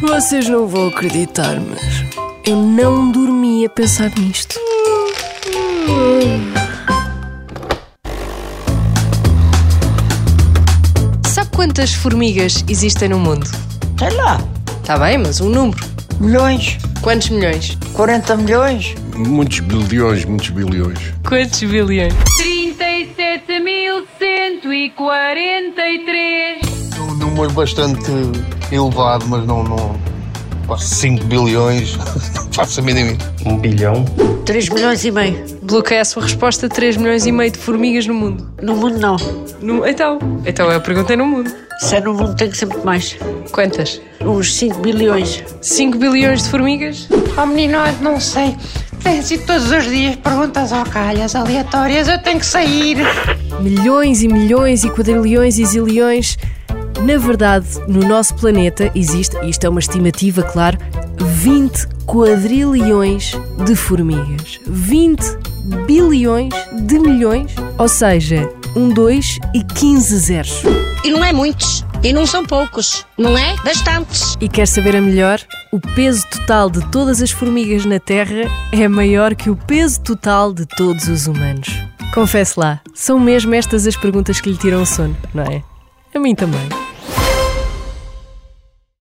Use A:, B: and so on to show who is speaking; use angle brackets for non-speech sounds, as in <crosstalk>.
A: Vocês não vão acreditar, mas eu não dormi a pensar nisto. Sabe quantas formigas existem no mundo?
B: Sei lá,
A: Está bem, mas um número.
B: milhões,
A: Quantos milhões?
B: 40 milhões.
C: Muitos bilhões, muitos bilhões.
A: Quantos bilhões?
D: 37.143.
E: um número bastante elevado, mas não. não 5 bilhões, <laughs> não faço a mínima.
F: Um bilhão.
G: 3 milhões e meio.
A: Bloqueia a sua resposta 3 milhões e meio de formigas no mundo.
G: No mundo não.
A: No- então, então eu perguntei no mundo.
G: Se é no mundo tem que ser muito mais.
A: Quantas?
G: Uns 5 bilhões.
A: 5 bilhões de formigas?
H: Oh menino, eu não sei. Tem sido todos os dias perguntas ao calhas aleatórias. Eu tenho que sair.
A: Milhões e milhões e quadrilhões e zilhões. Na verdade, no nosso planeta existe, e isto é uma estimativa, claro, 20 quadrilhões de formigas. 20 bilhões de milhões, ou seja, um 2 e 15 zeros.
I: E não é muitos. E não são poucos. Não é? Bastantes.
A: E quer saber a melhor? O peso total de todas as formigas na Terra é maior que o peso total de todos os humanos. Confesse lá, são mesmo estas as perguntas que lhe tiram o sono, não é? A mim também.